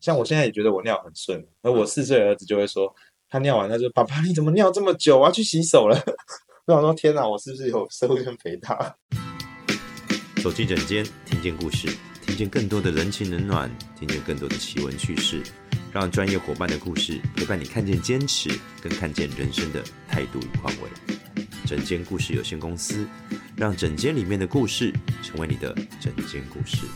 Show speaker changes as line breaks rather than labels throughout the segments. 像我现在也觉得我尿很顺，而
嗯
我四岁的儿子就会说，他尿完他就爸爸你怎么尿这么久？我要去洗手了。我想说天哪，我是不是有社会跟肥大？
走进诊间，听见故事，听见更多的人情冷暖，听见更多的奇闻趣事，让专业伙伴的故事陪伴你看见坚持，跟看见人生的态度与宽慰。诊间故事有限公司，让诊间里面的故事成为你的诊间故事。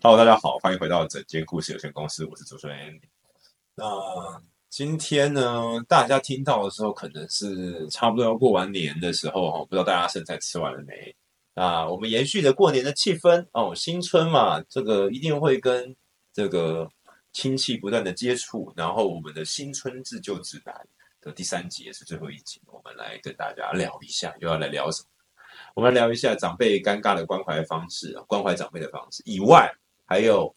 Hello，大家好，欢迎回到整间故事有限公司，我是主持人 Andy。那今天呢，大家听到的时候可能是差不多要过完年的时候哦，不知道大家剩菜吃完了没？啊，我们延续着过年的气氛哦，新春嘛，这个一定会跟这个亲戚不断的接触，然后我们的新春自救指南的第三集也是最后一集，我们来跟大家聊一下，又要来聊什么？我们来聊一下长辈尴尬的关怀方式，哦关怀长辈的方式以外，还有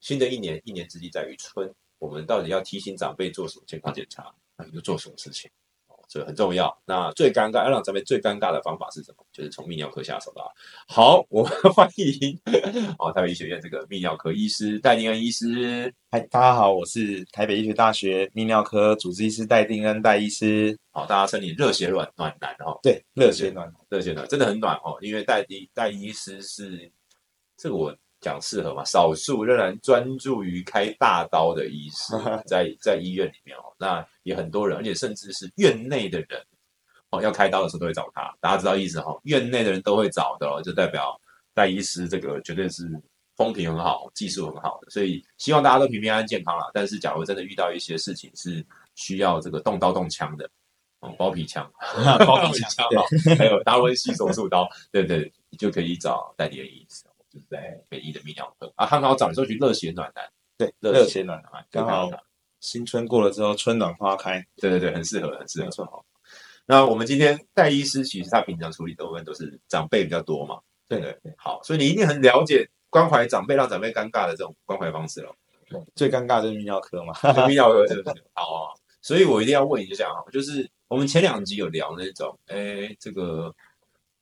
新的一年，一年之计在于春，我们到底要提醒长辈做什么健康检查，那就做什么事情，哦，这很重要。那最尴尬，要让长辈最尴尬的方法是什么？就是从泌尿科下手啦。好，我们 欢迎哦，台北医学院这个泌尿科医师戴定恩医师。
嗨，大家好，我是台北医学大学泌尿科主治医师戴定恩戴医师。
好，大家称你热血暖暖男哦，
对，热血暖
热血暖真的很暖哦，因为戴医戴医师是这个我讲适合嘛，少数仍然专注于开大刀的医 师，在在医院里面哦，那也很多人，而且甚至是院内的人哦，要开刀的时候都会找他，大家知道意思哦，院内的人都会找的哦，就代表戴医师这个绝对是。风评很好，技术很好的，所以希望大家都平平安安、健康啦。但是，假如真的遇到一些事情是需要这个动刀动枪的，哦，包皮枪，
包皮
枪嘛，还有达文西手术刀，对不对？你就可以找代理人医生，就是在北医的泌尿科啊。刚好找你说去热血暖男，
对，
热
热
血
血暖，
啊，
刚好新春过了之后，春暖花开。
对对对，很适合，很适
没
合。好那我们今天戴医师其实他平常处理的部分都是长辈比较多嘛，对
对
不对？好，所以你一定很了解关怀长辈、让长辈尴尬的这种关怀方式了。
最尴尬就是泌尿科嘛，
泌尿科是不是？好、啊，所以我一定要问一下啊，就是我们前两集有聊那种，哎，这个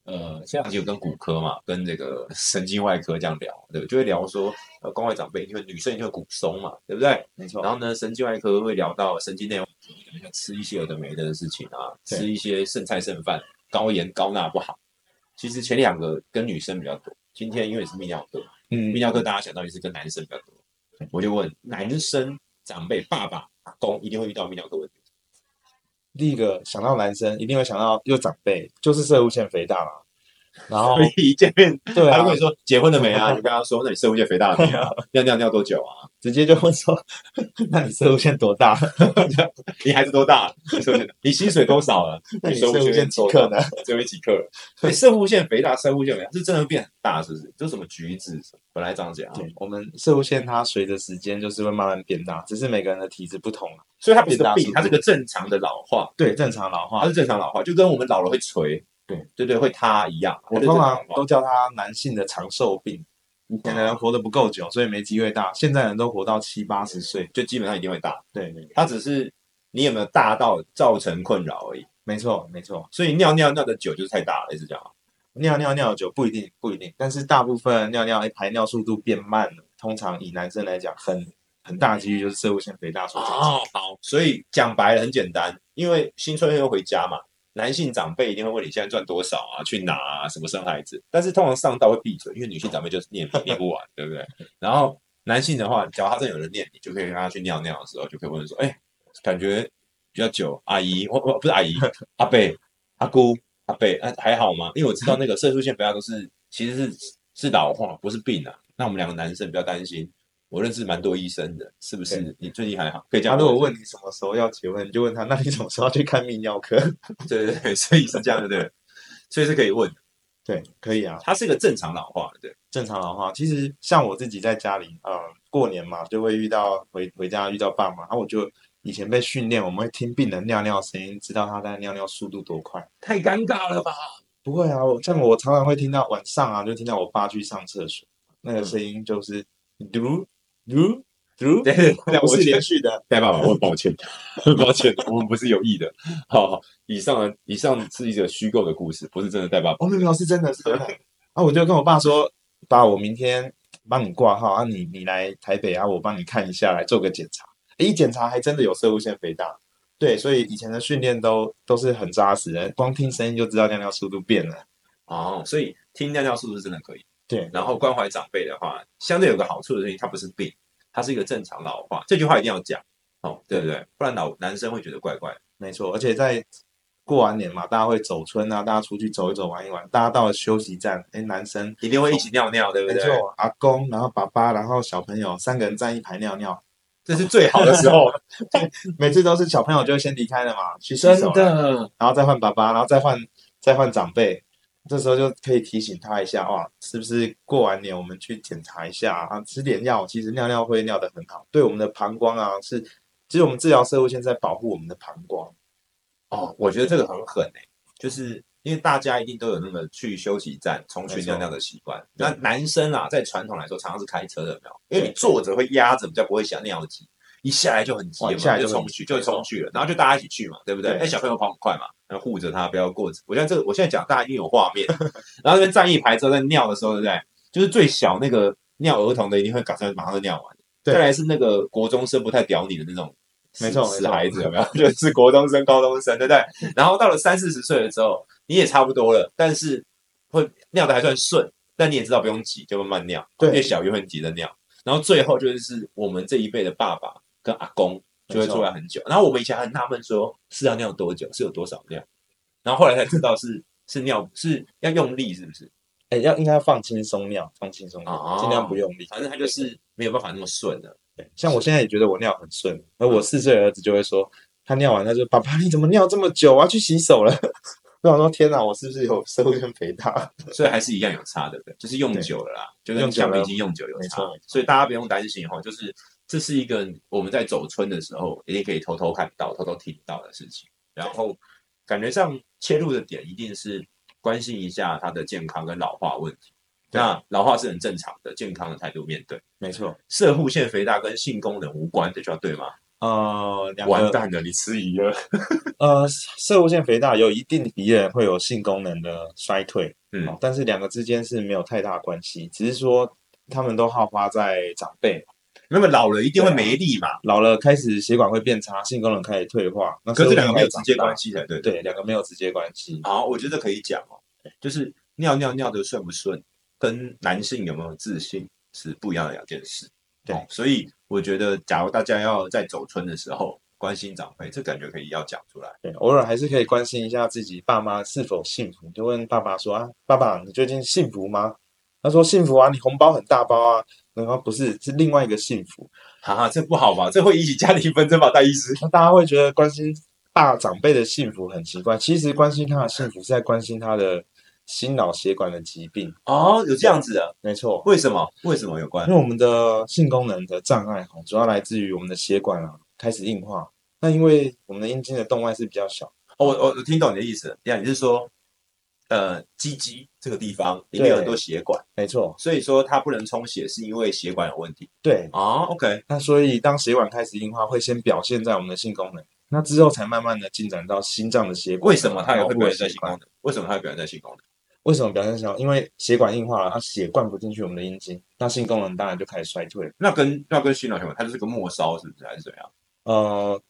呃，前两集有跟骨科嘛，跟这个神经外科这样聊，对不对，就会聊说，呃，关怀长辈，因为女生就会骨松嘛，对不对？
没错。
然后呢，神经外科会聊到神经内容，可能像吃一些有的没的的事情啊，
对
吃一些剩菜剩饭，高盐高钠不好。其实前两个跟女生比较多，今天因为是泌尿科，
嗯
泌，尿科大家想到也是跟男生比较多，我就问男生长辈、爸爸、阿公一定会遇到泌尿科问题，
第一个想到男生，一定会想到又长辈，就是射物腺肥大嘛。然 后
所以一见面
哦对啊
他就，会说结婚了没啊？你就跟他说，那你射物腺肥大了没啊？尿尿尿多久啊？
直接就问说，那你射物腺多大？
你孩子多大？你射物腺你薪水多 少了？
那你
射
射
物
物
腺
腺
多
几克
大
呢？
最后一集课哎了。所以射物腺肥大，射物腺肥大是真的变很大，是不是？就什么橘子，本来长这样，
对，我们射物腺它随着时间就是会慢慢变大，只是每个人的体质不同啊。
所以它不是个
变
病
大，
它是个正常的老化，
对，正常老
啊它
化。
是正常老化，就跟我们老了会垂，
对
对对，会塌一样。啊
我
它就
通
正常
常
老化
都叫它男性的长寿病。以前的人活得不够久，所以没机会大。现在人都活到七八十岁，
就基本上一定会大，
对对，
它只是你有没有大到造成困扰而已。
没错没错。
所以尿尿尿的久就是太大了，是这样吗。
尿尿尿久不一定不一定，但是大部分尿尿哎排尿速度变慢了，通常以男生来讲，很很大几率就是射物腺肥大所造成。
哦，好，所以讲白了很简单，因为新春又回家嘛，男性长辈一定会问你现在赚多少啊，去哪啊，什么生孩子，但是通常上到会闭嘴，因为女性长辈就是念你念不完，对不对？然后男性的话，只要他真有人念你，就可以让他去尿尿的时候，就可以问说，哎，感觉比较久，阿姨，我我不是阿姨，阿贝、阿姑、阿贝，啊、还好吗？因为我知道 那个射出腺肥大都是其实是是老化，不是病啊。那我们两个男生比较担心。我认识蛮多医生的，是不是？你最近还好？可以这
他
样
如
问
果
我
问你什么时候要结婚，你就问他，那你什么时候要去看泌尿科？
对对对，所以是这样的，对，所以是可以问的，
对，可以啊。
它是个正常老化的，对，
正常的话，其实像我自己在家里，呃，过年嘛，就会遇到回回家遇到爸妈，然后我就以前被训练，我们会听病人尿尿声音，知道他在尿尿速度多快。
太尴尬了吧？
不会啊，我像我常常会听到晚上啊，就听到我爸去上厕所，那
嗯
个声音就是嘟嘟嘟，
对 对对，
不
我
是
觉得
连续的。
戴爸爸，我很抱歉， 很抱歉，我们不是有意的。好，以上的以上是一个虚构的故事，不是真的戴爸爸。
啊哦，没有没有，是真的，是真的。然后我就跟我爸说，爸，我明天帮你挂号啊你，你来台北啊，我帮你看一下，来做个检查。诶一检查还真的有射物腺肥大，对，所以以前的训练都都是很扎实的，光听声音就知道尿尿速度变了。
哦，所以听尿尿速度是真的可以。
对
然后关怀长辈的话，相对有个好处的是，它不是病，它是一个正常老化。这句话一定要讲哦，对不对？不然老男生会觉得怪怪的。
没错，而且在过完年嘛，大家会走春啊，大家出去走一走、玩一玩，大家到了休息站，诶，男生。
一定会一起尿尿，对不
没
对？
错，阿公，然后爸爸，然后小朋友三个人站一排尿尿，
这是最好的 时候，
每次都是小朋友就会先离开了嘛，去洗
真
手啊了
的。
然后再换爸爸，然后再换再换长辈，这时候就可以提醒他一下，哇，是不是过完年我们去检查一下啊？吃点药，其实尿尿会尿得很好，对我们的膀胱啊是，其实我们治疗社会现在保护我们的膀胱，
哦，我觉得这个很狠诶、欸就是因为大家一定都有那个去休息站冲去
没错
尿尿的习惯。
对
那男生啊，在传统来说，常常是开车的，有没有？因
对
为你坐着会压着，比较不会想尿急，一下来就很急
哇
嘛，
一下来
就
就很
冲
急哦
去，就冲去了，然后就大家一起去嘛，对不对？
对
那小朋友跑很快嘛，然后护着他不要过。我现在这个，我现在讲大家一定有画 面，然后那边站一排之后，在尿的时候，对不对？就是最小那个尿儿童的，一定会赶上马上就尿完。
对
再来是那个国中生不太屌你的那种死，
没错没
死
错
孩子有没有？ 就是国中生、高中生，对不对？然后到了三四十岁的时候，你也差不多了，但是会尿的还算顺，但你也知道不用急，就慢慢尿，
对
越小越会急着尿。然后最后就是我们这一辈的爸爸跟阿公就
没
会
错
出来很久。然后我们以前还很纳闷说，是要尿多久，是有多少尿？然后后来才知道是是尿是要用力，是不是？
哎，要应该要放轻松尿，放轻松
哦
尿，尽量不用力，
反正他就是没有办法那么顺啊了。
对像我现在也觉得我尿很顺，而我四岁的儿子就会说，他尿完他就爸爸你怎么尿这么久，我要去洗手了。 我想说天哪，我是不是有社会腺肥大？
所以还是一样有差，对不对？就是用
对
久了啦，就跟
用久
橡皮
了
筋用久有
没
差
错没，错
所以大家不用担心哈，就是这是一个我们在走村的时候一定可以偷偷看到、偷偷听到的事情。然后感觉上切入的点一定是关心一下他的健康跟老化问题。
对
那老化是很正常的，健康的态度面对。
没错，
射护腺肥大跟性功能无关，这句话对吗？
呃，两
完
个
蛋了，你迟疑了。
呃，射物腺肥大有一定比例人会有性功能的衰退，
嗯
哦，但是两个之间是没有太大关系，只是说他们都好发在长辈
那么老了一定会
对啊
没力嘛？
老了开始血管会变差，性功能开始退化，那
可是
射
这
物
两个
腺
没有
开始
直
长
接
大
关，系的，对不对
对，两个没有直接关系。
好，我觉得可以讲哦，就是尿尿尿的顺不顺，跟男性有没有自信是不一样的两件事。
对
哦所以我觉得，假如大家要在走村的时候关心长辈，这感觉可以要讲出来。
对，偶尔还是可以关心一下自己爸妈是否幸福，就问爸爸说啊，爸爸，你最近幸福吗？他说幸福啊，你红包很大包啊，然后不是，是另外一个幸福。
哈、哈，这不好吧？这会引起家庭纷争吧，戴医师？
那大家会觉得关心大长辈的幸福很奇怪，其实关心他的幸福是在关心他的心脑血管的疾病。
哦，有这样子的，
没错，
为什么？为什么有关哦
因？为我们的性功能的障碍哈，主要来自于我们的血管啊开始硬化。那因为我们的阴茎的动脉是比较小，
哦，我我我听懂你的意思了，呀，你是说，呃，鸡鸡这个地方里面有很多血管，
没错，
所以说它不能充血，是因为血管有问题。
对。
哦，OK，
那所以当血管开始硬化，会先表现在我们的性功能，那之后才慢慢的进展到心脏的血管。
为什么它也会
脑部
表
的
现在
血
性功
管
能？为什么它会表现在性功能？
为什么表现小？因为血管硬化了，它血灌不进去我们的阴茎，那性功能当然就开始衰退了。
那跟那跟心脑血管，它就是个末梢，是不是还是怎样？
呃，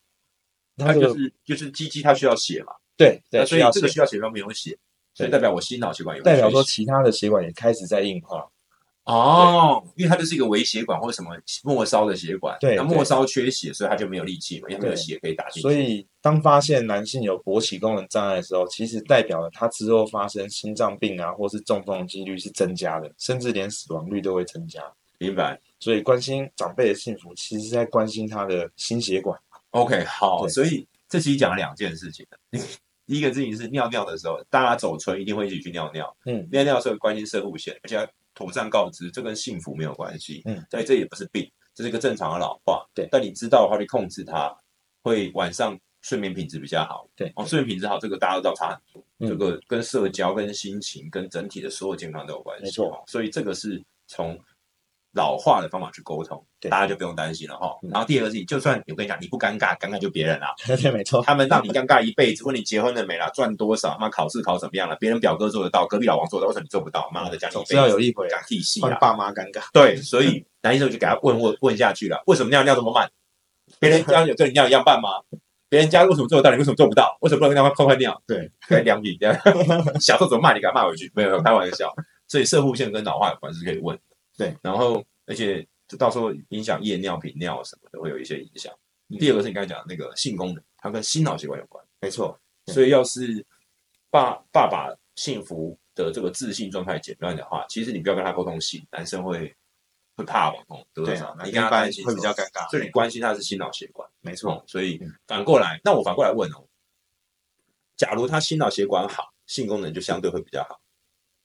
它
它这呃
就
个
是就是鸡鸡，它需要血嘛，
对
那
对，需
所以
要
这个
血
需要血方没有血，所以
对
代表我心脑血管有
代表说
缺血
其他的血管也开始在硬化，
哦，因为它就是一个微血管或者什么末梢的血管，
对
那
对
末梢缺血，所以它就没有力气嘛，因为它没有
对
血可以打进去，
所以当发现男性有勃起功能障碍的时候，其实代表了他之后发生心脏病啊或是中风的几率是增加的，甚至连死亡率都会增加。
明白
所以关心长辈的幸福，其实是在关心他的心血管。
？OK，好，
对
所以这期讲了两件事情， 第一个事情是尿尿的时候，大家走村一定会一起去尿尿，
嗯，
尿尿的时候关心射护腺，而且要妥善告知，这跟幸福没有关系。
嗯，
所以这也不是病，这是一个正常的老化。
对
但你知道的话，去控制它，会晚上睡眠品质比较好。
对
哦，睡眠品质好，这个大家都知道差很多。
嗯
这个跟社交、跟心情、跟整体的所有健康都有关系。
没错
哦，所以这个是从老化的方法去沟通，
对
大家就不用担心了哈。
嗯
然后第二个事情，就算我跟你讲，你不尴尬，尴尬就别人啦。
对，没错，
他们让你尴尬一辈子，问你结婚了没啦，赚多少，妈考试考怎么样了，别人表哥做得到，隔壁老王做得到，为什么你做不到？妈的，讲你一
总
辈
是要
子
有一回啊
讲屁戏
换
啊！
爸妈尴尬。
对，所以男医生就给他问问问下去了，为什么尿尿这么慢？别人家有跟你尿一样慢吗？别人家为什么做得到，你为什么做不到？为什么不能跟他快快尿？
对，
给他两笔，这样小时候怎么骂你，给他骂回去，没有没有开玩笑。所以射护腺跟老化有关是可以问的。
对，
然后而且就到时候影响夜尿、频尿什么的，会有一些影响。
嗯
第二个是你刚才讲的那个性功能，它跟心脑血管有关，
没错，对
所以要是爸爸爸幸福的这个自信状态减弱的话，其实你不要跟他沟通性，男生会会怕网红得
对
得
啊
上，，
那
你
一
跟他
般
担心
会比较
什么
尴尬。
所以你关心他是心脑血管。
没
哦
错，，
所以
嗯
反过来，那我反过来问哦，假如他心脑血管好，性功能就相对会比较好，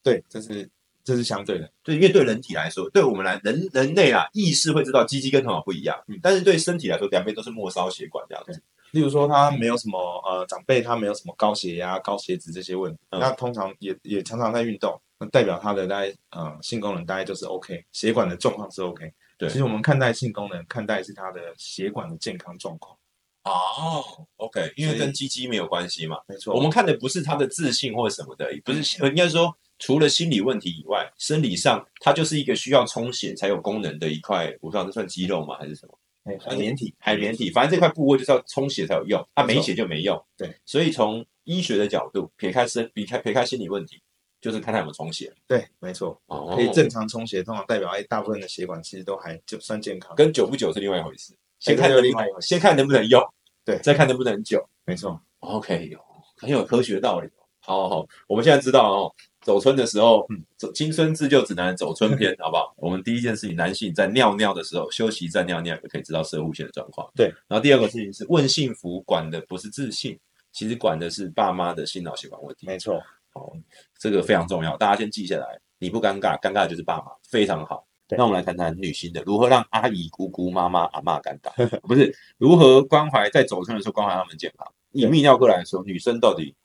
对，这是这是相对的，
对，因为对人体来说，对我们来人人类啊，意识会知道鸡鸡跟头脑不一样，
嗯
但是对身体来说，两边都是末梢血管这样子，
例如说他没有什么呃长辈他没有什么高血压、高血脂这些问题，
嗯
那通常也也常常在运动，那代表他的大概呃性功能大概就是 OK，血管的状况是 OK。
对
其实我们看待性功能，看待是他的血管的健康状况。
哦，OK，因为
所以
跟鸡鸡没有关系嘛，
没错，
我们看的不是他的自信或什么的，不是
嗯
呃应该说除了心理问题以外，生理上它就是一个需要充血才有功能的一块，我不知道这算肌肉吗还是什么？
哎海绵体，
海绵体，反正这块部位就是要充血才有用，它没血就没用。
对，
所以从医学的角度，撇开生，撇开撇开心理问题，就是看它有没有充血。
对，没错，
哦
可以正常充血，通常代表哎大部分的血管其实都还就算健康。
跟久不久是另外一回事，
对
先看
哎这
能
是另
不
外一
能
回事
先看能不能用，
对
再看能不能久。
没错，
OK，有很有科学道理哦。好好好，我们现在知道哦，走春的时候
嗯，
走青春自救指南走 春篇，好不好？我们第一件事情，男性在尿尿的时候休息再尿尿，就可以知道射物线的状况。
对，
然后第二个事情是问幸福，管的不是自信，其实管的是爸妈的心脑血管问题。
没错，
好，这个非常重要，大家先记下来。你不尴尬，尴尬的就是爸妈，非常好。
对
那我们来谈谈女性的如何让阿姨、姑姑、妈妈、阿嬷尴尬， 不是如何关怀在走春的时候关怀他们健康。以泌尿科来说，女生到底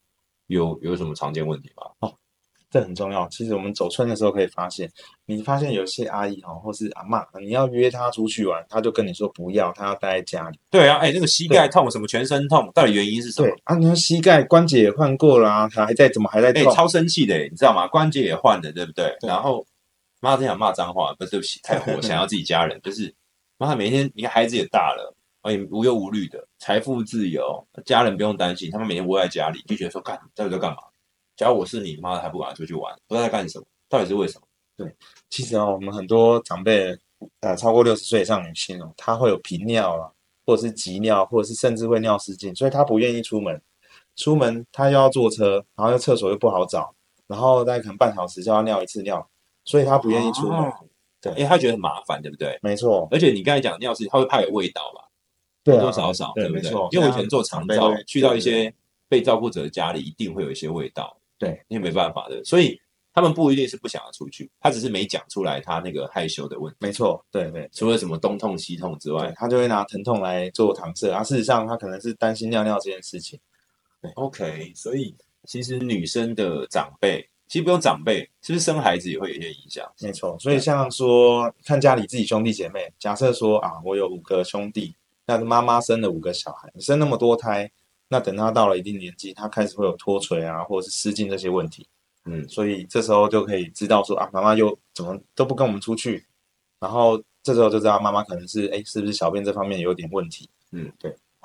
有有什么常见问题吗？
这很重要。其实我们走春的时候可以发现，你发现有些阿姨哦，或是阿嬷，你要约她出去玩，她就跟你说不要，她要待在家里。
对啊，哎、那个膝盖痛，什么全身痛，到底原因是什么
对？啊，你看膝盖关节也换过了啊，她还在怎么还在
哎、
痛？
超生气的、你知道吗？关节也换了，对不对？
对
然后妈真想骂脏话，不是对不起，太火，想要自 己家人，就是妈每天你看孩子也大了，哎，无忧无虑的，财富自由，家人不用担心，他们每天窝在家里，就觉得说干到底在干嘛？假如我是你妈，还不敢出去玩，不知道在干什么，到底是为什么？
其实哦，我们很多长辈，呃，超过六十岁以上女性哦，她会有频尿啦，或者是急尿，或者是甚至会尿失禁，所以她不愿意出门。出门她又要坐车，然后又厕所又不好找，然后大概可能半小时就要尿一次尿，所以她不愿意出门。
哦
对
因为他觉得很麻烦，对不对？
没错，
而且你刚才讲尿是，他会怕有味道吧？
对
多
啊
多，少少，
对
不
没
对
错？
因为我以前做长
像长
照
辈会，
去到一些被照顾者的家里，一定会有一些味道。
对，
因为没办法的，所以他们不一定是不想要出去，他只是没讲出来他那个害羞的问题。
没错，对对。
除了什么东痛西痛之
对
外
她就会拿疼痛来做搪塞，啊，事实上她可能是担心尿尿这件事情。
，OK，所以其实女生的长辈，其实不用长辈，是不是生孩子也会有一些影响？
没错，所以像说看家里自己兄弟姐妹，假设说啊，我有五个兄弟，那妈妈生了五个小孩，生那么多胎，那等他到了一定年纪，他开始会有脱垂啊，或者是失禁这些问题，
嗯，
所以这时候就可以知道说啊，妈妈又怎么都不跟我们出去，然后这时候就知道妈妈可能是哎，诶是不是小便这方面有点问题？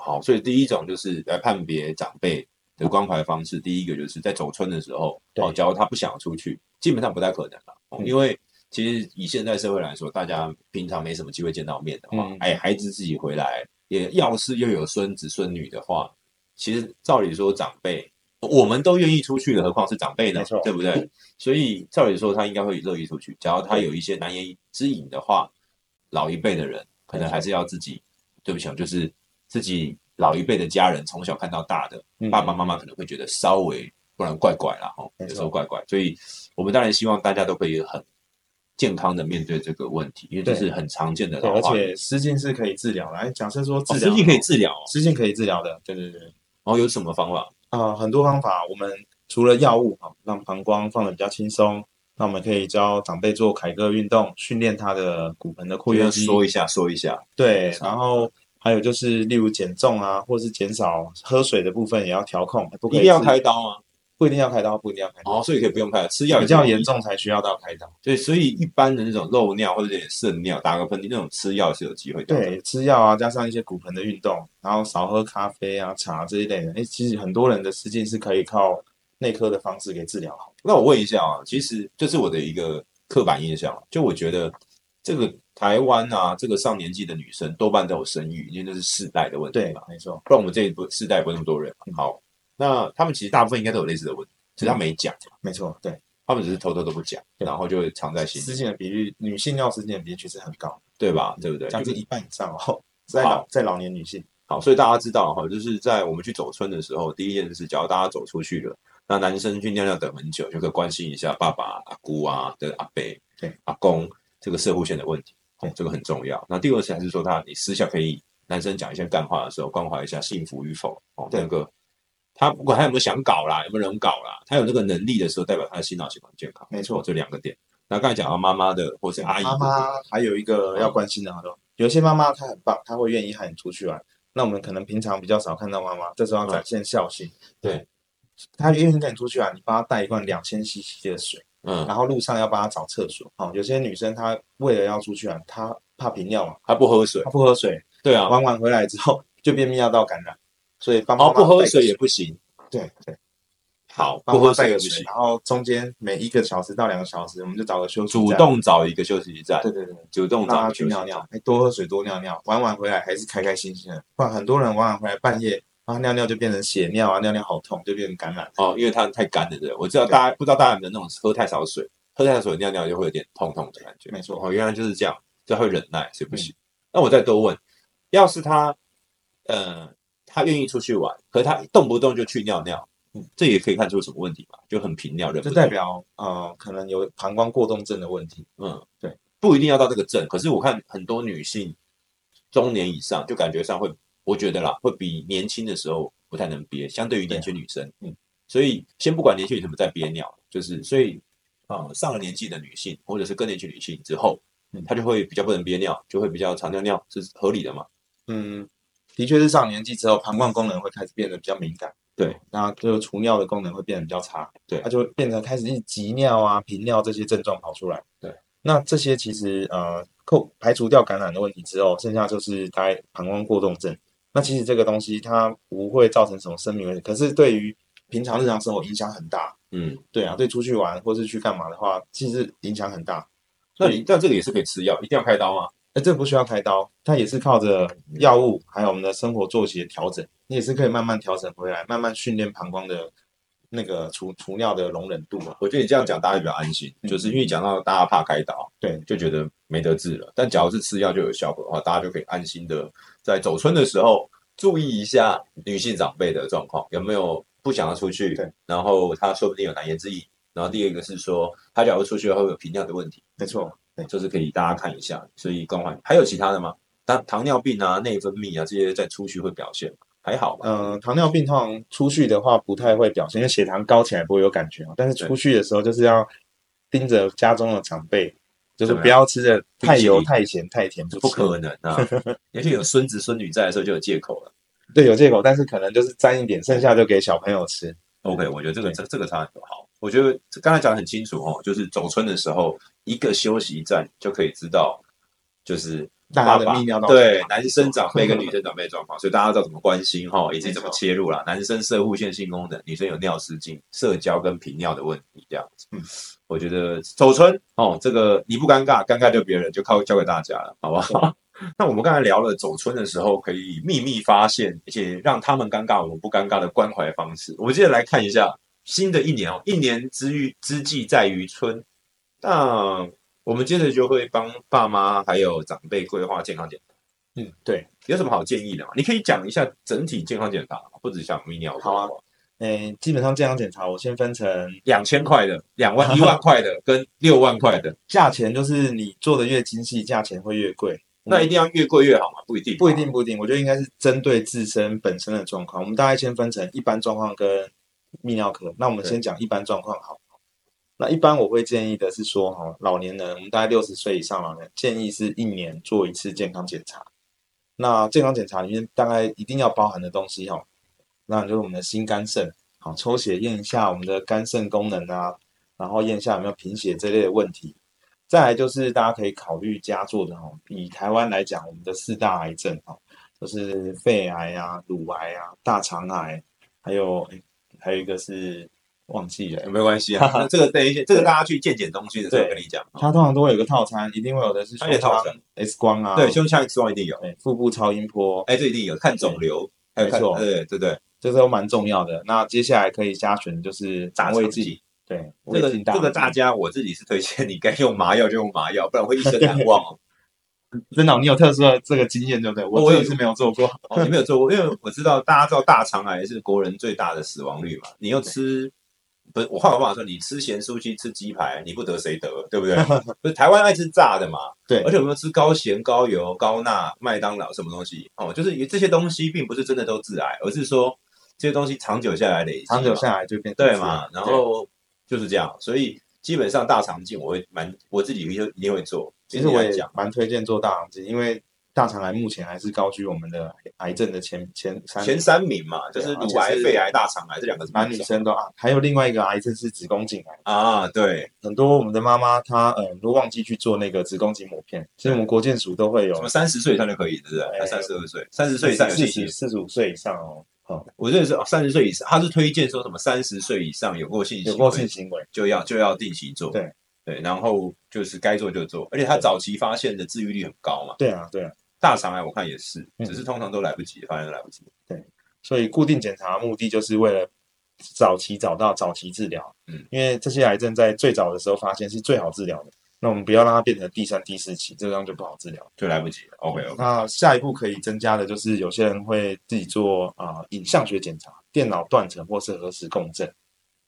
好，所以第一种就是来判别长辈的关怀方式，第一个就是在走村的时候，
对
哦，假如他不想出去，基本上不太可能了、哦
嗯
因为其实以现在社会来说，大家平常没什么机会见到面的话，
嗯
哎，孩子自己回来，也要是又有孙子孙女的话，其实照理说长辈。我们都愿意出去的，何况是长辈呢
没错？
对不对？所以照理说，他应该会乐意出去。假如他有一些难言之隐的话，老一辈的人可能还是要自己，对不起，哦，就是自己老一辈的家人从小看到大的，
嗯
爸爸妈妈可能会觉得稍微不然怪怪啦，哦，
没
有
错
时候怪怪，所以我们当然希望大家都可以很健康的面对这个问题，因为这
对
是很常见的
对，
老
而
化。
且失禁是可以治疗的，哎，假设说治
哦，
疗，
实际可以，治疗哦，
失禁可以治疗的，对对对。
然后有什么方法？
啊、很多方法，我们除了药物啊，让膀胱放的比较轻松，那我们可以教长辈做凯歌运动，训练他的骨盆的括约
要
肌。
说一下，说一下，
对，
是
然后还有就是，例如减重啊，或是减少喝水的部分也要调控，不可
一
以
定要
吃
开，刀吗？
不一定要开刀，不一定要开刀，
哦，所以可以不用开，吃药也
比
不用
较严重才需要到开刀。
对，所以一般的那种漏尿或者有点渗尿、打个喷嚏那种吃药是有机会掉的。
对，吃药啊，加上一些骨盆的运动，然后少喝咖啡啊、茶这一类的。哎，其实很多人的失禁是可以靠内科的方式给治疗好。
那我问一下啊，其实这是我的一个刻板印象，啊就我觉得这个台湾啊，这个上年纪的女生多半都有生育，因为这是世代的问题
对
嘛，。
没错，
不然我们这一波世代不会那么多人嘛。好，那他们其实大部分应该都有类似的问题，只是他没讲，
没错，对，
他们只是偷偷都不讲，
嗯对
然后就会藏在心
失
里，
禁的比率，女性尿失禁的比例确实很高，
对吧？对不对？
将
就
近
是
一半以上哦， 在老在老年女性。
好，所以大家知道哈，就是在我们去走村的时候，第一件事，假如大家走出去了，那男生去尿尿等很久，就可以关心一下爸爸、阿姑啊、的阿伯、
对
阿公这个社会线的问题，哦
对，
这个很重要。那第二是还是说他，你私下可以男生讲一些干话的时候，关怀一下幸福与否哦，
对
那个他不管他有没有想搞啦，有没有人搞啦，他有那个能力的时候，代表他的心脑血管健康，
没错
哦这两个点。那刚才讲到妈妈的或是阿姨的
妈妈还有一个要关心的，好多有些妈妈她很棒，她会愿意喊你出去玩。那我们可能平常比较少看到妈妈，这时候要展现孝心。
对，
她愿意跟你出去玩，你帮她带一罐两千 CC 的水，
嗯，
然后路上要帮她找厕所。哦，有些女生她为了要出去玩，她怕频尿嘛，
他不喝水
她，不喝水，
对啊，
玩完回来之后就便秘尿道感染，所以帮
然
妈
后
妈
哦不喝
带个
水也不行。
对对，
好，
帮
不
妈妈
喝
带
水也
个
不
水，
行，
然后中间每一个小时到两个小时，我们就找个休息
主
站。
动找一个休息站，
对对对。
主动
让
找
他
一个
去
休息
尿
站
尿，哎，多喝水，多尿尿，玩完回来还是开开心心的。不然很多人玩完回来半夜，然后尿尿就变成血尿啊，尿尿好痛，就变成感染。
哦，因为它太干了，对不对。我知道大家不知道大家有没有那种喝太少水，喝太少水尿尿就会有点痛痛的感觉。
没错嗯
哦，原来就是这样，这会忍耐，所以不行。那我再多问，要是他，呃，他愿意出去玩，可是他动不动就去尿尿，
嗯
这也可以看出什么问题嘛？就很频尿，忍不
这
住
代表呃，可能有膀胱过动症的问题。
嗯，
对，
不一定要到这个症，可是我看很多女性中年以上，就感觉上会，我觉得啦，会比年轻的时候不太能憋，相对于年轻女生，
嗯，
所以先不管年轻女生有没有在憋尿，就是所以，呃，上了年纪的女性或者是更年期女性之后
嗯，
她就会比较不能憋尿，就会比较常尿尿，这是合理的嘛？
嗯，的确是上年纪之后，膀胱功能会开始变得比较敏感。
对，
那就除尿的功能会变得比较差。
对
它就会变成开始一急尿啊、频尿这些症状跑出来。
对，
那这些其实呃，扣排除掉感染的问题之后，剩下就是大概膀胱过动症。那其实这个东西它不会造成什么生命危险，可是对于平常日常生活影响很大。
嗯，
对啊，对出去玩或是去干嘛的话，其实影响很大。
那你但这个也是可以吃药，一定要开刀吗？
哎，这不需要开刀，它也是靠着药物还有我们的生活作息的调整，你也是可以慢慢调整回来，慢慢训练膀胱的那个除除尿的容忍度嘛。啊
我觉得你这样讲，大家比较安心，
嗯
就是因为讲到大家怕开刀，
对，
就觉得没得治了。但假如是吃药就有效果的话，大家就可以安心的在走村的时候注意一下女性长辈的状况，有没有不想要出去
对，
然后她说不定有难言之隐。然后第二个是说，她假如出去会不会有频尿的问题，
没错，对，
这是可以大家看一下。所以关怀还有其他的吗？糖糖尿病啊、内分泌啊这些在出去会表现吗，还好吧？
嗯、糖尿病通常出去的话不太会表现，因为血糖高起来不会有感觉嘛。但是
对
出去的时候就是要盯着家中的长辈，就是
怎么
不要吃的太油、
啊定期
太咸、太甜，
这
不
不
吃
可能啊！也许有孙子孙女在的时候就有借口了。
对有借口，但是可能就是沾一点，剩下就给小朋友吃。
OK，我觉得这个
对
这这个差很多。好，我觉得刚才讲的很清楚哦，就是走村的时候，一个休息站就可以知道，就是
大家
爸
的
爸
泌尿道
对
状况
男 生长辈跟女生长辈的状况，所以大家知道怎么关心哈，以及怎么
没错
切入啦。男生射护腺性功能，女生有尿失禁、社交跟频尿的问题，这样子。
嗯，
我觉得走村哦，这个你不尴尬，尴尬就别人，就靠交给大家了，好不好？ 那我们刚才聊了走村的时候可以秘密发现，而且让他们尴尬，我们不尴尬的关怀方式。我们接着来看一下新的一年哦，一年之遇之计在于春。那我们接着就会帮爸妈还有长辈规划健康检查，
嗯，对。
有什么好建议的吗？你可以讲一下整体健康检查，不止像泌尿。
好啊，诶，基本上健康检查我先分成
两千块的、两万、一万 块的跟六万块的，
价钱就是你做的越精细，价钱会越贵。
那一定要越贵越好吗？不一定，
不一定，不一定，我觉得应该是针对自身本身的状况。我们大概先分成一般状况跟泌尿科。那我们
对
先讲一般状况好。那一般我会建议的是说，哈，老年人，我们大概六十岁以上老人，建议是一年做一次健康检查。那健康检查里面大概一定要包含的东西，哈，那就是我们的心、肝、肾，好，抽血验一下我们的肝肾功能啊，然后验一下有没有贫血这类的问题。再来就是大家可以考虑家做的哈，以台湾来讲，我们的四大癌症哈，就是肺癌啊、乳癌啊、大肠癌，还有诶还有一个是忘记了，
没关系 啊，那这个等一下，这个大家去健检中心的时候
对
跟你讲啊。
它通常都会有个套餐，一定会有的是
它
胸
有套
腔
餐
X 光啊，
对，胸腔 X 光一定有，
对，腹部超音波，
哎，这一定有看肿瘤，还有看
没错
对对对，
这都蛮重要的。那接下来可以加选就是
大
肠胃
肠
镜，
镜。
对，
这个
胃镜
这个大
肠镜
家我自己是推荐你该用麻药就用麻药，不然会一生难忘哦。
真的哦，你有特殊的这个经验对不对？
哦
我
我
自
有
己是没有做过，
哦，你没有做过，因为我知道大家知道大肠癌是国人最大的死亡率嘛。你又吃，不是我换个话说，你吃咸酥鸡吃鸡排，你不得谁得，对不 对？不是台湾爱吃炸的嘛，
对
而且我们又吃高咸、高油、高钠、麦当劳什么东西哦，就是这些东西并不是真的都致癌，而是说这些东西长久下来累积嘛，
长久下来就变成
对
这样
嘛，然后就是这样，所以基本上大肠镜我会蛮我自己一定一定会做。
其实我
跟
也
你讲，
蛮推荐做大肠镜，因为大肠癌目前还是高居我们的癌症的前前三名
前三名嘛，就
对
是
啊
乳癌
而、且是
肺癌、大肠癌这两个是
男女生都啊，还有另外一个癌症是子宫颈癌，
啊，对，
很多我们的妈妈她呃都忘记去做那个子宫颈抹片，所以我们国健署都会有
什么三十岁以上就可以，对不对？
哎
还三十二岁，三十岁以上有
四
信心
十。四十五岁以上哦，哦
我认识三十岁以上，他是推荐说什么三十岁以上有过性
有
行
过性
为
行为，
就要就要定期做，
对
对，然后就是该做就做，而且他早期发现的治愈率很高嘛。
对啊对啊，
大肠癌我看也是，
嗯
只是通常都来不及，发现都来不及。
所以固定检查的目的就是为了早期找到早期治疗，
嗯，
因为这些癌症在最早的时候发现是最好治疗的，那我们不要让它变成第三、第四期，这样就不好治疗。
就来不及了。OK OK，
那下一步可以增加的就是，有些人会自己做啊、影像学检查、电脑断层或是核磁共振，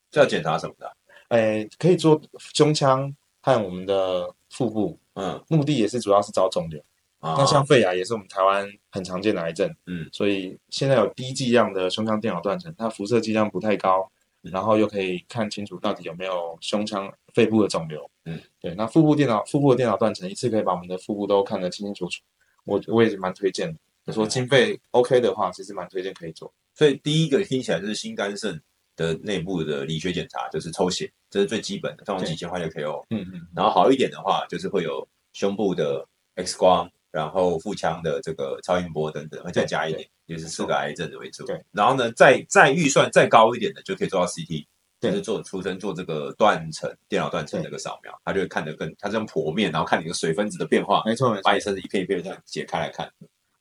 这要检查什么的？啊
诶，可以做胸腔和我们的腹部，
嗯，
目的也是主要是找肿瘤。
啊
那像肺癌也是我们台湾很常见的癌症，
嗯
所以现在有低剂量的胸腔电脑断层，它辐射剂量不太高，
嗯
然后又可以看清楚到底有没有胸腔、肺部的肿瘤。
嗯，
对。那腹部电脑、腹部的电脑断层一次可以把我们的腹部都看得清清楚楚，我我也是蛮推荐的。你说经费 OK 的话，其实蛮推荐可以做。
所以第一个听起来就是心肝肾的内部的理学检查，就是抽血，这是最基本的，通常几千块就可以哦。
嗯嗯，
然后好一点的话，就是会有胸部的 X 光，然后腹腔的这个超音波等等，会再加一点，也是四个癌症的为主。
对，
然后呢，再再预算再高一点的，就可以做到 CT。就
对
是做出生做这个断层电脑断层那个扫描，它就会看得更，它是用剖面，然后看你的水分子的变化，
没错没错
把。你身体一片一片的解开来看。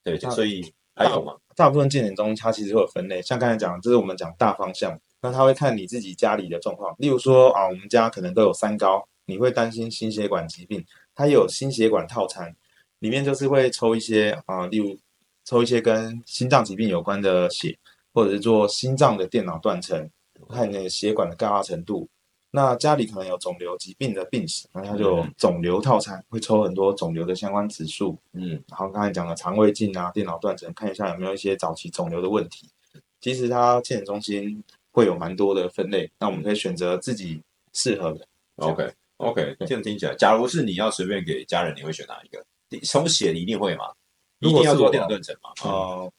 对，
那
所以还有吗？
大部分健检中它其实会有分类，像刚才讲的，这是我们讲大方向。那它会看你自己家里的状况，例如说啊，我们家可能都有三高，你会担心心血管疾病，它也有心血管套餐，里面就是会抽一些啊，例如抽一些跟心脏疾病有关的血，或者是做心脏的电脑断层，看你的血管的钙化程度。那家里可能有肿瘤疾病的病史，那它就有肿瘤套餐，会抽很多肿瘤的相关指数，
嗯，
然后刚才讲的肠胃镜啊、电脑断层，看一下有没有一些早期肿瘤的问题。其实它健检中心会有蛮多的分类，那我们可以选择自己适合的。
OK OK，
对
这样听起来，假如是你要随便给家人，你会选哪一个？你从血你一定会嘛？一
如果
定
是
要
我
做电脑断层嘛？哦，
呃，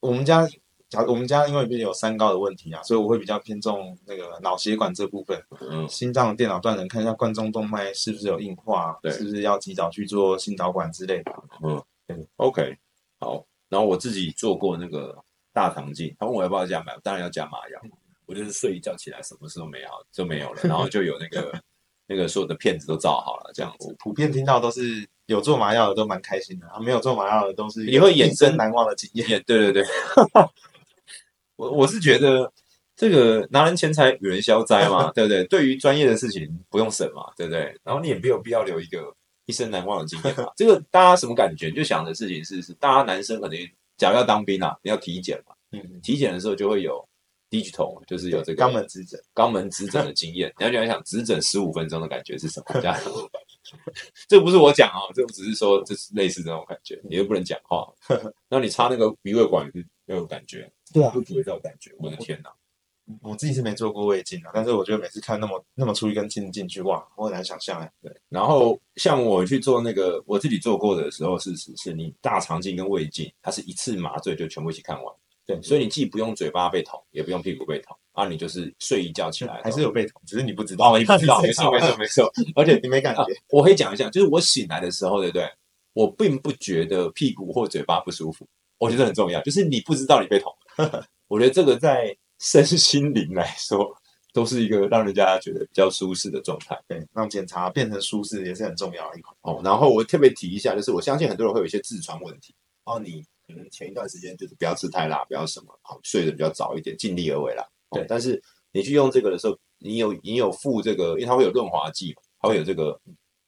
我们家假如我们家因为毕竟有三高的问题啊，所以我会比较偏重那个脑血管这部分，
嗯
心脏电脑断层看一下冠状动脉是不是有硬化
对，
是不是要及早去做心导管之类的。
嗯，OK，好。然后我自己做过那个大肠镜，他问我要不要加麻药，当然要加麻药。我就是睡一觉起来，什么事都没有，就没有了，然后就有那个那个所有的片子都照好了，这样子。
普遍听到都是有做麻药的都蛮开心的，啊，没有做麻药的都是
也会衍
一生
生
难忘的经验。
也对对对， 我我是觉得这个拿人钱财与人消灾嘛，对不对？对于专业的事情不用省嘛，对不对？然后你也没有必要留一个一生难忘的经验嘛。这个大家什么感觉？你就想的事情是是，大家男生可能假如要当兵啊，你要体检嘛，
嗯，
体检的时候就会有 digital，就是有这个
肛门指诊。
肛门指诊的经验，你要想一想指诊十五分钟的感觉是什么？这样，这不是我讲哦，这我只是说，这是类似这种感觉，你又不能讲话，然后你插那个鼻胃管又有感觉，
对啊
不觉这种感觉，我的天哪！
我自己是没做过胃镜啊，但是我觉得每次看那么那么粗一根筋进去，哇，我很难想象哎。
然后像我去做那个我自己做过的时候，是是是你大肠镜跟胃镜，它是一次麻醉就全部一起看完，
对，
所以你既不用嘴巴被捅，也不用屁股被捅，啊，你就是睡一觉起来
还是有被捅，只是你不知
哦，
道，
我也不 知道，
没错没错，
没错，而且
你没感觉。
我可以讲一下，就是我醒来的时候，对不对？我并不觉得屁股或嘴巴不舒服，我觉得很重要，就是你不知道你被捅。 我觉得这个在身心灵来说，都是一个让人家觉得比较舒适的状态。
对，让检查变成舒适也是很重要的一块。
哦，然后我特别提一下，就是我相信很多人会有一些痔疮问题。哦，你可能前一段时间就是不要吃太辣，不要什么，好睡得比较早一点，尽力而为啦。哦
对
但是你去用这个的时候，你有你有附这个，因为它会有润滑剂嘛，它会有这个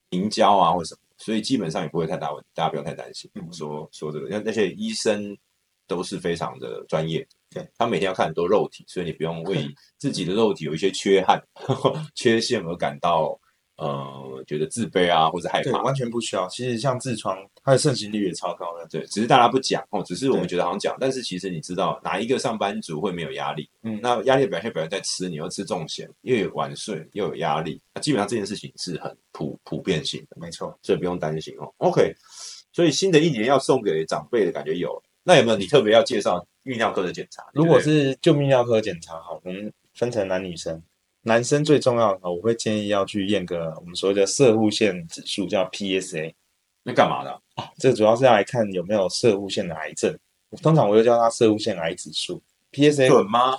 凝胶啊或什么，所以基本上也不会太大问题，大家不用太担心。
嗯
说说这个，因为那些医生都是非常的专业，
对
他每天要看很多肉体，所以你不用为自己的肉体有一些缺憾、 缺陷而感到。呃，觉得自卑啊，或者害
对，
怕，
完全不需要。其实像痔疮，它的盛行率也超高的。
对，只是大家不讲哦，只是我们
对
觉得好像讲，但是其实你知道哪一个上班族会没有压力？
嗯
那压力的表现表现在吃，你又吃重咸，又有晚睡，又有压力，那基本上这件事情是很普普遍性的，
没错，
所以不用担心哦。OK，所以新的一年要送给长辈的感觉有，那有没有你特别要介绍泌尿科的检查？
如果
你觉
是就泌尿科检查，好，我们分成男女生。男生最重要的，我会建议要去验个我们所谓的射护腺指数，叫 PSA。
得那干嘛的啊？
这主要是要来看有没有射护腺的癌症。通常我就叫它射护腺癌指数 PSA。
准吗？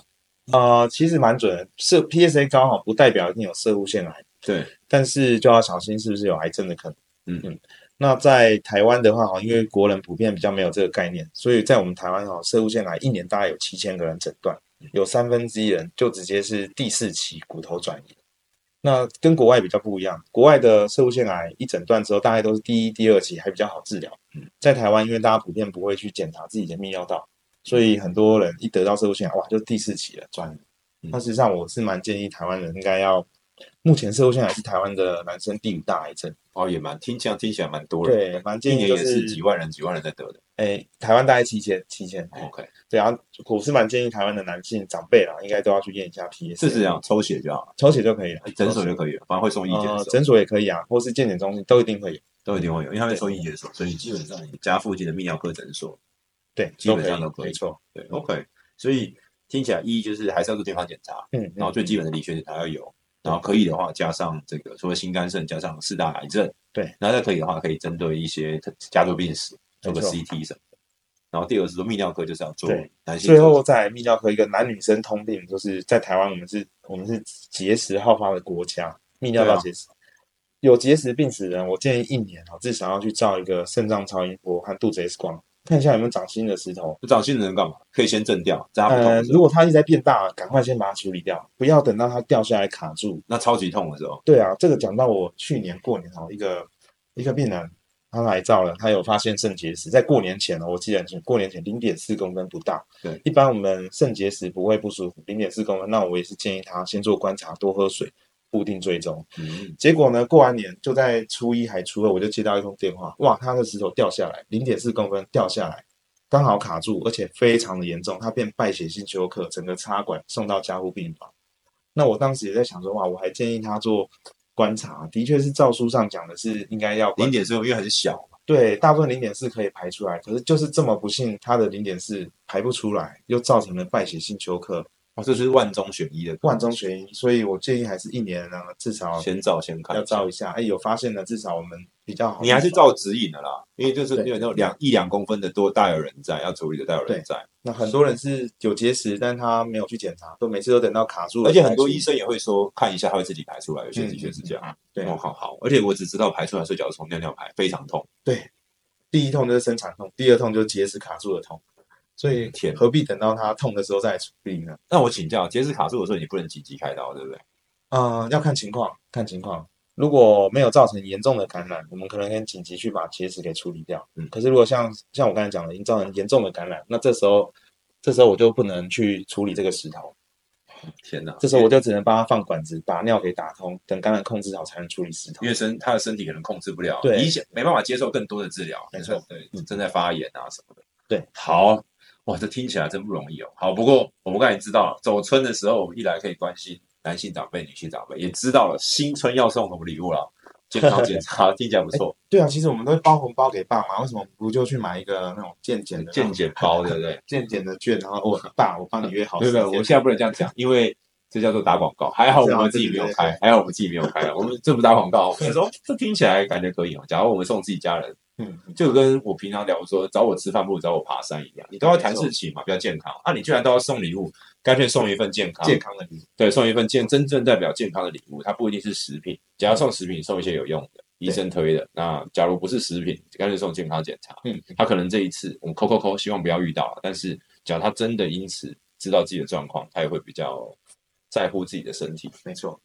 呃，其实蛮准的，射 PSA 高哈，不代表一定有射护腺癌。
对，
但是就要小心是不是有癌症的可能。
嗯
嗯，那在台湾的话，哈，因为国人普遍比较没有这个概念，所以在我们台湾哈，射物腺癌一年大概有七千个人诊断，有三分之一人就直接是第四期骨头转移。那跟国外比较不一样，国外的射物腺癌一诊断之后，大概都是第一、第二期还比较好治疗。在台湾，因为大家普遍不会去检查自己的泌尿道，所以很多人一得到射物腺癌，哇，就第四期了，转移。
嗯
那事实上，我是蛮建议台湾人应该要目前社会现在是台湾的男生第五大癌症，
哦，也蛮听起来听起来蛮多人，
对，蛮
一
建议
年
就
也
是
是几万人几万人在得的。
哎，台湾大概七千七千，
OK，
对啊，我是蛮建议台湾的男性长辈啦，应该都要去验一下 PSA，
是这样，啊抽血就好了，
抽血就可以了，
诊所就可以了，反正会送意见
呃
的。
诊所也可以啊，或是健检中心都一定会有，
都一定会有，因为他们收医检所，所以基本上你家附近的泌尿科诊所，
对，
基本上
都
都可以
没错，
对，OK，所以听起来一就是还是要做健康检查，
嗯，
然后最基本的理学检查要有，然后可以的话加上这个，除了心肝肾加上四大癌症，
对，
然后再可以的话可以针对一些特家族病史做个
没错
CT 什么的，然后第二是说泌尿科就是要做
对
男性
最
做
后在泌尿科一个男女生通病，就是在台湾我们是我们是结石好发的国家，泌尿道结石。有结石病史的人，我建议一年哦，至少要去照一个肾脏超音波和肚子 X 光，看一下有没有长新的石头。
就长性能干嘛？可以先震掉，在他不痛
呃，
的时
如
候，
果它一直在变大，赶快先把它处理掉，不要等到它掉下来卡住。
那超级痛的时候，
对啊，这个讲到我去年过年哦，一个一个病人他来照了，他有发现肾结石，在过年前哦，我记得很清楚，过年前零点四公分不大。
对，
一般我们肾结石不会不舒服，零点四公分，那我也是建议他先做观察，多喝水，固定追踪。
嗯，
结果呢，过完年就在初一还初二，我就接到一通电话，哇，他的石头掉下来，零点四公分掉下来，刚好卡住，而且非常的严重，他变败血性休克，整个插管送到加护病房。那我当时也在想说，哇，我还建议他做观察，的确是照书上讲的是应该要观
零点四因为还是小嘛，
对，大部分零点四可以排出来，可是就是这么不幸，他的零点四排不出来，又造成了败血性休克，
哦，这是万中选一的，
万中选一，所以我建议还是一年呢，啊至少
先照先看
要，照一下，哎，有发现的，至少我们比较好。
你还是照指引的啦，因为就是
对
有那种两一两公分的多大有人在，要处理的大有人
对
在，
那很多人是有结石，但他没有去检查，都每次都等到卡住了
而
才去，
且很多医生也会说看一下，他会自己排出来，有些
嗯
的确是这样。
对啊
哦，好好，而且我只知道排出来睡觉的时候尿尿排非常痛，
第一痛就是生产痛，第二痛就是结石卡住的痛，所以
嗯天
何必等到他痛的时候再处理呢？
那我请教，结石卡住的时候你不能紧急开刀，对不对？
嗯、要看情况，看情况。如果没有造成严重的感染，我们可能先紧急去把结石给处理掉。
嗯
可是如果像像我刚才讲的，已经造成严重的感染，那这时候这时候我就不能去处理这个石头，
天哪，
这时候我就只能帮他放管子，把尿给打通，等感染控制好才能处理石头
因。为身他的身体可能控制不了，
对
你想没办法接受更多的治疗，
没错
对，
嗯
正在发炎啊什么的。
对，
好，哇，这听起来真不容易哦。好，不过我们刚才知道了，走春的时候，我们一来可以关心男性长辈、女性长辈，也知道了新春要送什么礼物了，健康检查 听起来不错，
对啊，其实我们都会包红包给爸妈，为什么不就去买一个那种健检的哦
健检包，对不对？
健检的券，然后我爸，我帮你约好
对
时
不对？
间。
我现在不能这样讲，因为这叫做打广告。还好我
是啊
们自己没有开，还好我们自己没有开，啊我们这不打广告。我跟你说，这听起来感觉可以哦。假如我们送自己家人，
哦嗯，
就跟我平常聊说找我吃饭不如找我爬山一样，你都要谈事情嘛，比较健康。啊，你居然都要送礼物，干脆送一份健康，
健康的礼物，
对，送一份健真正代表健康的礼物，它不一定是食品。假如送食品，送一些有用的，医生推的。那假如不是食品，干脆送健康检查。
嗯，
他可能这一次我们抠抠抠，希望不要遇到，但是假如他真的因此知道自己的状况，他也会比较在乎自己的身体，
没错，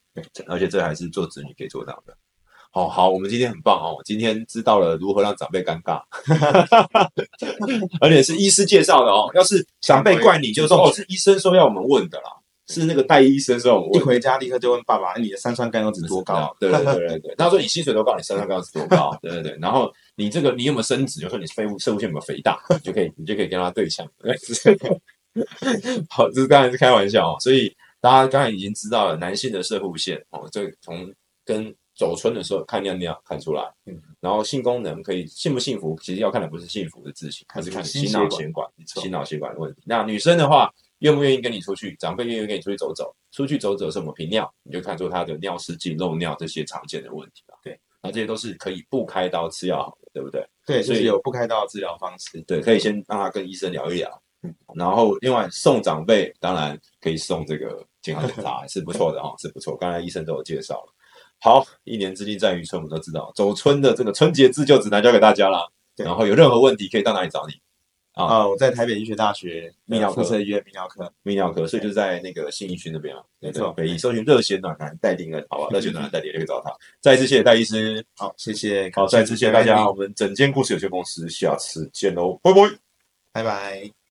而且这还是做子女可以做到的。哦，好，我们今天很棒哦，今天知道了如何让长辈尴尬， 而且是医师介绍的哦。要是长辈怪你，就说哦是医生说要我们问的啦，是那个戴医生说我们
一
问的。
回家立刻就问爸爸，哎你的三酸甘油脂多高？
啊对对对对对。他说你薪水多高，你身上高是多高？对对对。然后你这个你有没有升职？就说你废物生物线有没有肥大，你就可以你就可以跟他对象。 好，这当然是开玩笑哦。所以大家刚才已经知道了男性的射护线哦，这个从跟走春的时候看尿尿看出来，
嗯
然后性功能可以幸不幸福，其实要看的不是幸福的自己，而
看
是
出
看你
心
心
血
脑
管
血管、
错
心脑血管的问题。那女生的话，愿不愿意跟你出去，长辈愿意跟你出去走走，出去走走什么频尿，你就看出她的尿失禁、漏尿这些常见的问题了。
对，
那这些都是可以不开刀吃药好的，对不对？
对，
所
就
以
是有不开刀的治疗方式。
对，可以先让他跟医生聊一聊。
嗯
然后另外送长辈，当然可以送这个健康检查，是不错的哦，是不错。刚才医生都有介绍了。好，一年之计在于春，我们都知道，走春的这个春节自救指南交给大家啦。
对
然后有任何问题可以到哪里找你？啊
啊，我在台北医学大学
泌尿科
附设医院泌尿科，
泌尿科，所以就是在那个信义区那边嘛，啊
没错
北医搜寻热血暖男戴定恩，好吧，热血暖男戴定恩就可以找他。再一次谢谢戴医师，
好，谢谢，哦
好，再一次谢谢大家，我们整间故事有限公司下次见喽，拜拜。
拜拜。